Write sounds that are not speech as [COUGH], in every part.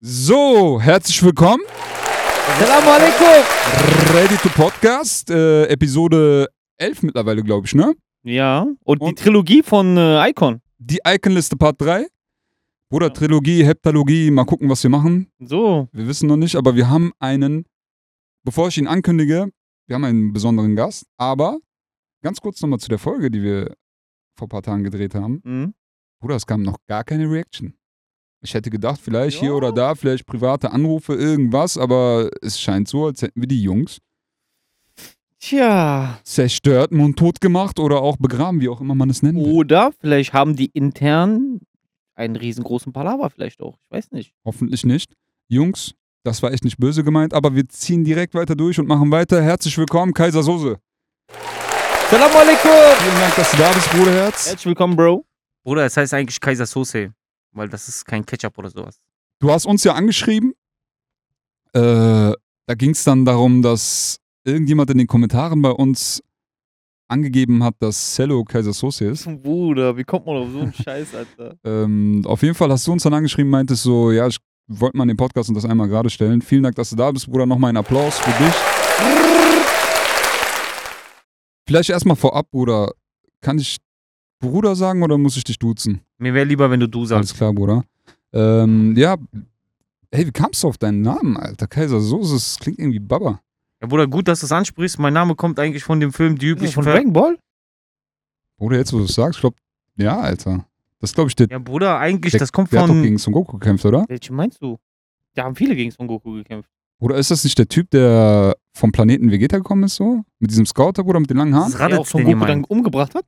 So, herzlich willkommen. Salam alaikum. Ready to Podcast, äh, Episode 11 mittlerweile, glaube ich, ne? Ja, und, die Und- Trilogie von äh, Icon. Die Icon-Liste Part 3. Bruder, Ja. Trilogie, Heptalogie, mal gucken, was wir machen. So, Wir wissen noch nicht, aber wir haben einen, bevor ich ihn ankündige, wir haben einen besonderen Gast. Aber ganz kurz nochmal zu der Folge, die wir vor ein paar Tagen gedreht haben. mhm. Bruder, es kam noch gar keine Reaction. Ich hätte gedacht, vielleicht hier Ja. oder da, vielleicht private Anrufe, irgendwas, aber es scheint so, als hätten wir die Jungs tja. zerstört, mundtot gemacht oder auch begraben, wie auch immer man es nennen will. Oder vielleicht haben die intern einen riesengroßen Palaver vielleicht auch. Ich weiß nicht. Hoffentlich nicht. Jungs, das war echt nicht böse gemeint, aber wir ziehen direkt weiter durch und machen weiter. Herzlich willkommen, Kaiser Soße. Salam alaikum. Vielen Dank, dass du da bist, Bruderherz. Herzlich willkommen, Bro. Bruder, es heißt eigentlich Kaiser Soße, weil das ist kein Ketchup oder sowas. Du hast uns ja angeschrieben. Äh, da ging es dann darum, dass irgendjemand in den Kommentaren bei uns angegeben hat, dass Cello Kaiser Soße ist. Bruder, wie kommt man auf so [LAUGHS] einen Scheiß, Alter? Ähm, auf jeden Fall hast du uns dann angeschrieben, meintest so, ja, ich wollte mal den Podcast und das einmal gerade stellen. Vielen Dank, dass du da bist, Bruder. Nochmal einen Applaus für dich. Vielleicht erstmal vorab, Bruder. Kann ich Bruder sagen oder muss ich dich duzen? Mir wäre lieber, wenn du du Alles sagst. klar, Bruder. Ähm, ja, hey, wie kamst du auf deinen Namen, Alter? Kaiser Soße, das klingt irgendwie Baba. Ja, Bruder, gut, dass du es ansprichst. Mein Name kommt eigentlich von dem Film Die üblichen Von Ver Dragon Ball? Bruder, jetzt, wo du es sagst, ich glaube, ja, Alter. Das glaube ich, der, Ja, Bruder, eigentlich, das kommt der hat doch von. gegen Son Goku gekämpft, oder? Welchen meinst du? Da haben viele gegen Son Goku gekämpft. Oder ist das nicht der Typ, der vom Planeten Vegeta gekommen ist, so? Mit diesem Scouter, Bruder, mit den langen [LAUGHS] Das Haaren? ist Der auch Raditz, Son den ihr Goku dann meint. umgebracht hat?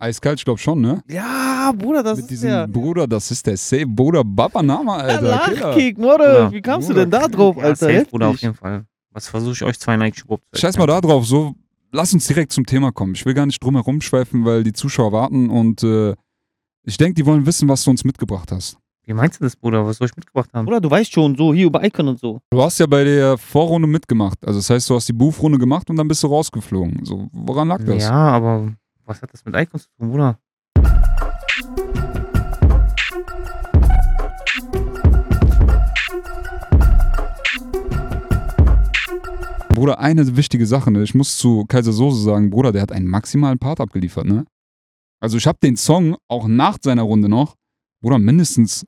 Eiskalt, ich glaube schon, ne? Ja, Bruder, das mit ist diesem der. Bruder, das ist der Safe, Bruder, Baba Nama, Alter. Killer. Lachkick, Morde. Ja. Wie kamst du Bruder, denn da drauf, Ja, Alter? safe, Bruder, auf Heftig. jeden Fall. Was versuche ich euch zwei eigentlich überhaupt zu Scheiß mal erklären? da drauf, so, lass uns direkt zum Thema kommen. Ich will gar nicht drum herum schweifen, weil die Zuschauer warten und äh, ich denke, die wollen wissen, was du uns mitgebracht hast. Wie meinst du das, Bruder? Was soll ich mitgebracht haben? Bruder, du weißt schon, so hier über Icon und so. Du hast ja bei der Vorrunde mitgemacht. Also, das heißt, du hast die Buchrunde gemacht und dann bist du rausgeflogen. So, woran lag das? Ja, aber was hat das mit Icons zu tun, Bruder? Bruder, eine wichtige Sache, ne? ich muss zu Kaiser Soße sagen, Bruder, der hat einen maximalen Part abgeliefert, ne? Also ich habe den Song auch nach seiner Runde noch, Bruder, mindestens,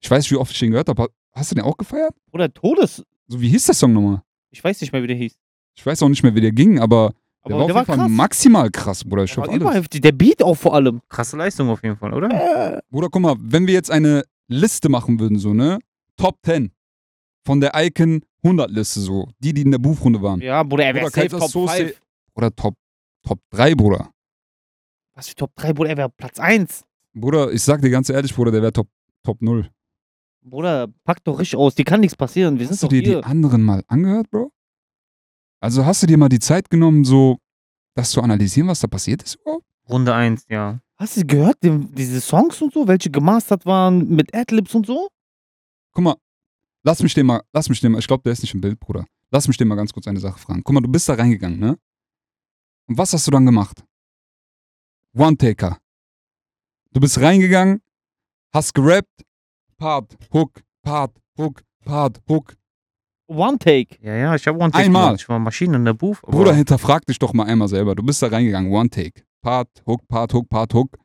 ich weiß nicht, wie oft ich den gehört habe, hast du den auch gefeiert? Bruder, Todes. So, wie hieß der Song nochmal? Ich weiß nicht mehr, wie der hieß. Ich weiß auch nicht mehr, wie der ging, aber der war Aber auf der jeden war Fall krass. maximal krass, Bruder. Ich Der schaff war alles. überheftig. Der Beat auch vor allem. Krasse Leistung auf jeden Fall, oder? Bruder, guck mal, wenn wir jetzt eine Liste machen würden, so, ne? Top 10 von der Icon 100 Liste, so, die, die in der Buchrunde waren. Ja, Bruder, er Bruder, wäre safe Kaiser Top Soße- 5. Oder Top, Top 3, Bruder. Was für Top 3, Bruder, er wäre Platz 1. Bruder, ich sag dir ganz ehrlich, Bruder, der wäre Top, Top 0. Bruder, pack doch richtig aus. Die kann nichts passieren. Wir sind Hast du doch dir hier. die anderen mal angehört, Bro? Also hast du dir mal die Zeit genommen, so das zu analysieren, was da passiert ist? Bro? Runde 1, ja. Hast du gehört, den, diese Songs und so, welche gemastert waren mit Adlibs und so? Guck mal, lass mich den mal, lass mich den mal, ich glaube, der ist nicht im Bild, Bruder. Lass mich den mal ganz kurz eine Sache fragen. Guck mal, du bist da reingegangen, ne? Und was hast du dann gemacht? One-Taker. Du bist reingegangen, hast gerappt, Part, Hook, Part, Hook, Part, Hook. One Take. Ja, ja, ich habe One Take Einmal. gemacht. Ich war Maschine in der Booth. aber- Bruder, hinterfrag dich doch mal einmal selber. Du bist da reingegangen, One Take. Part, Hook, Part, Hook, Part, Hook.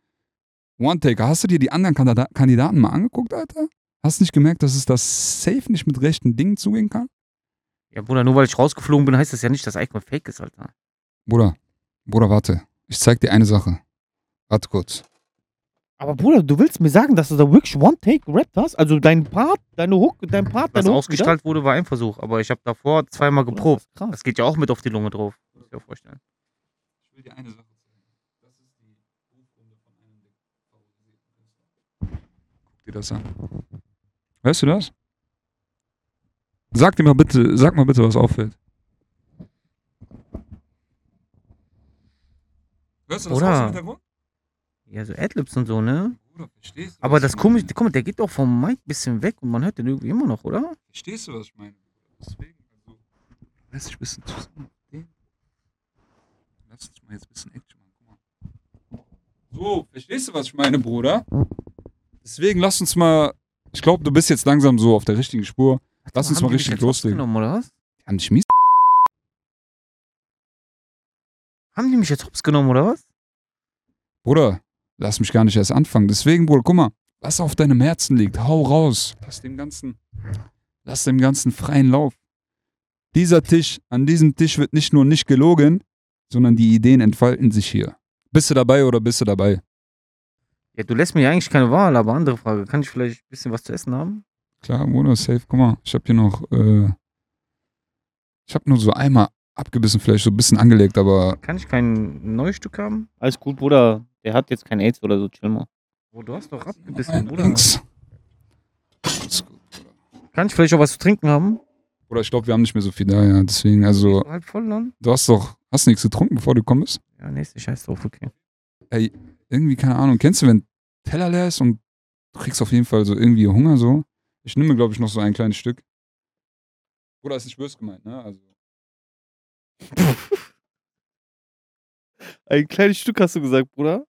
One Take. Hast du dir die anderen Kandida Kandidaten mal angeguckt, Alter? Hast nicht gemerkt, dass es das safe nicht mit rechten Dingen zugehen kann? Ja, Bruder, nur weil ich rausgeflogen bin, heißt das ja nicht, dass Icon fake ist, Alter. Bruder, Bruder, warte. Ich zeig dir eine Sache. Warte kurz. Aber Bruder, du willst mir sagen, dass du da wirklich One Take gerappt hast? Also dein Part, deine Hook, dein Part, deine Hook. Was wieder? ausgestrahlt wurde, war ein Versuch, aber ich habe davor zweimal Bruder, geprobt. das ist Krass. Das geht ja auch mit auf die Lunge drauf. Muss ich mir vorstellen. Ich will dir eine Sache zeigen. Das ist die Buchrunde von einem der favorisierten Künstler. Guck dir das an. Weißt du das? Sag dir mal bitte, sag mal bitte, was auffällt. Hörst du das Oder- aus dem Hintergrund? Ja, so Adlibs und so, ne? Bruder, verstehst du? Aber das komische, guck mal, der geht doch vom Mic ein bisschen weg und man hört den irgendwie immer noch, oder? Verstehst du, was ich meine? Deswegen, also, lass dich ein bisschen zusammen. Lass uns mal jetzt ein bisschen Action machen. So, verstehst du, was ich meine, Bruder? Deswegen lass uns mal Ich glaube, du bist jetzt langsam so auf der richtigen Spur. Lass uns Haben mal die mich richtig jetzt loslegen. hops genommen, oder was? Die haben dich mies. Haben die mich jetzt hops genommen, oder was? Bruder, lass mich gar nicht erst anfangen. Deswegen, Bruder, guck mal, was auf deinem Herzen liegt, hau raus. Lass dem ganzen, lass dem ganzen freien Lauf. Dieser Tisch, an diesem Tisch wird nicht nur nicht gelogen, sondern die Ideen entfalten sich hier. Bist du dabei oder bist du dabei? Ja, du lässt mir ja eigentlich keine Wahl, aber andere Frage. Kann ich vielleicht ein bisschen was zu essen haben? Klar, Bruder, safe. Guck mal, ich habe hier noch, äh, ich habe nur so einmal abgebissen, vielleicht so ein bisschen angelegt, aber Kann ich kein neues Stück haben? Alles gut, Bruder. Der hat jetzt kein AIDS oder so, chill mal. Oh, du hast doch abgebissen, Bruder. nix. Alles gut. Kann ich vielleicht auch was zu trinken haben? Bruder, ich glaube, wir haben nicht mehr so viel da, ja. Deswegen, also, So halb voll dann? du hast doch, hast nichts getrunken, bevor du gekommen bist? Ja, nächste Scheiß drauf, okay. irgendwie, keine Ahnung, kennst du, wenn Teller leer ist und du kriegst auf jeden Fall so irgendwie Hunger so? Ich nehme, glaube ich, noch so ein kleines Stück. Oder ist nicht böse gemeint, ne? Also, Ein kleines Stück hast du gesagt, Bruder.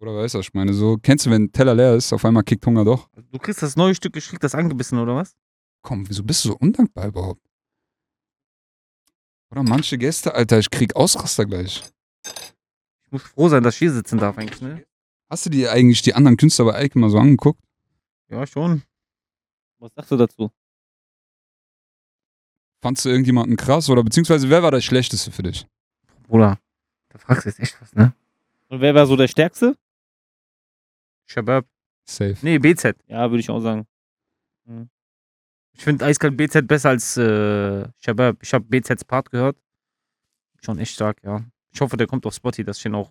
oder weißt du, was ich meine? So, kennst du, wenn Teller leer ist, auf einmal kickt Hunger doch? Also, du kriegst das neue Stück, ich krieg das angebissen, oder was? Komm, wieso bist du so undankbar überhaupt? Oder manche Gäste, Alter, ich krieg Ausraster gleich. Ich muss froh sein, dass ich hier sitzen darf eigentlich, ne? Hast du dir eigentlich die anderen Künstler bei Ike mal so angeguckt? Ja, schon. Was sagst du dazu? Fandst du irgendjemanden krass oder beziehungsweise wer war der Schlechteste für dich? Bruder, da fragst du jetzt echt was, ne? Und wer war so der Stärkste? Shabab. Safe. Nee, BZ. Ja, würde ich auch sagen. Ich finde eiskalt BZ besser als äh, Shabab. Ich habe BZs Part gehört. Schon echt stark, ja. Ich hoffe, der kommt auf Spotty, dass ich ihn auch,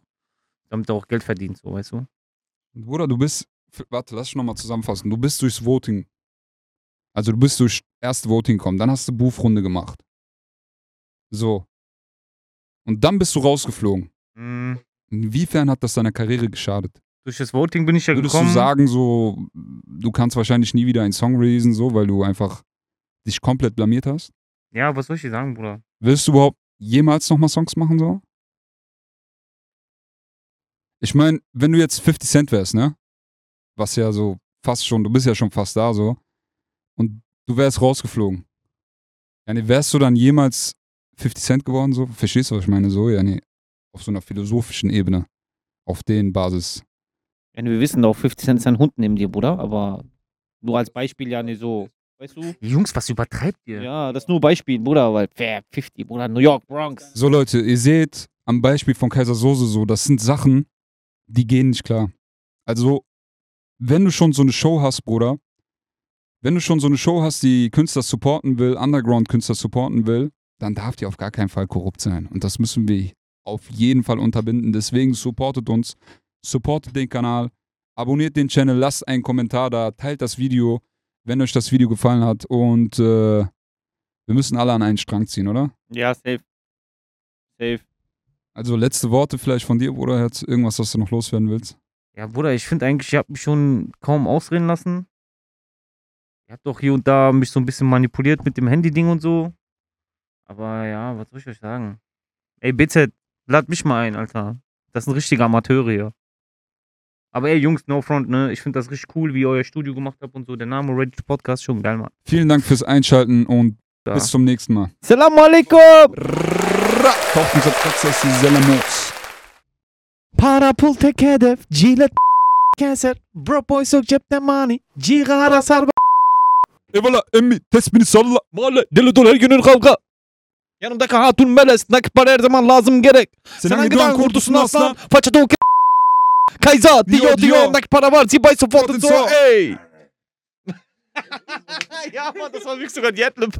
damit er auch Geld verdient, so, weißt du? Bruder, du bist, warte, lass mich nochmal zusammenfassen. Du bist durchs Voting. Also du bist durch erste Voting gekommen, dann hast du Buchrunde gemacht. So. Und dann bist du rausgeflogen. Mhm. Inwiefern hat das deiner Karriere geschadet? Durch das Voting bin ich ja Würdest gekommen. du sagen, so, du kannst wahrscheinlich nie wieder einen Song releasen, so, weil du einfach dich komplett blamiert hast? Ja, was soll ich dir sagen, Bruder? Willst du überhaupt jemals nochmal Songs machen, so? Ich meine, wenn du jetzt 50 Cent wärst, ne? Was ja so fast schon, du bist ja schon fast da, so. Und du wärst rausgeflogen. Ja, nee, wärst du dann jemals 50 Cent geworden, so? Verstehst du, was ich meine? So, ja, nee. Auf so einer philosophischen Ebene. Auf den Basis. Ja, wir wissen doch, 50 Cent ist ein Hund neben dir, Bruder. Aber nur als Beispiel, ja, nee, so. Weißt du? Jungs, was übertreibt ihr? Ja, das ist nur Beispiel, Bruder, weil fair, 50, Bruder, New York, Bronx. So, Leute, ihr seht am Beispiel von Kaiser Soße so, das sind Sachen, die gehen nicht klar. Also, wenn du schon so eine Show hast, Bruder, wenn du schon so eine Show hast, die Künstler supporten will, Underground-Künstler supporten will, dann darf die auf gar keinen Fall korrupt sein. Und das müssen wir auf jeden Fall unterbinden. Deswegen supportet uns, supportet den Kanal, abonniert den Channel, lasst einen Kommentar da, teilt das Video, wenn euch das Video gefallen hat. Und äh, wir müssen alle an einen Strang ziehen, oder? Ja, safe. Safe. Also letzte Worte vielleicht von dir, Bruder, jetzt irgendwas, was du noch loswerden willst. Ja, Bruder, ich finde eigentlich, ihr habt mich schon kaum ausreden lassen. Ihr habt doch hier und da mich so ein bisschen manipuliert mit dem Handy-Ding und so. Aber ja, was soll ich euch sagen? Ey, BZ, lad mich mal ein, Alter. Das sind richtige Amateure hier. Aber ey, Jungs, no front, ne? Ich finde das richtig cool, wie ihr euer Studio gemacht habt und so. Der Name Ready to Podcast, schon geil, Mann. Vielen Dank fürs Einschalten und Da. bis zum nächsten Mal. Salam alaikum! Kochen Sie Prozesse Selamots. Parapul tek hedef, cilet keser. Bro boy sök cepten mani, cigara sar Eyvallah emmi tesbini salla. Mahalle, deli dolu her günün kavga. Yanımdaki hatun melez, nakit para her zaman lazım gerek. Sen hangi doğan kurtusun aslan? Façada o ke- Kayza, Diyor, diyor diyor. diyor, nakit para var, zibay sofortun so. Ey! Ja, Mann, das war wirklich sogar die Adlib.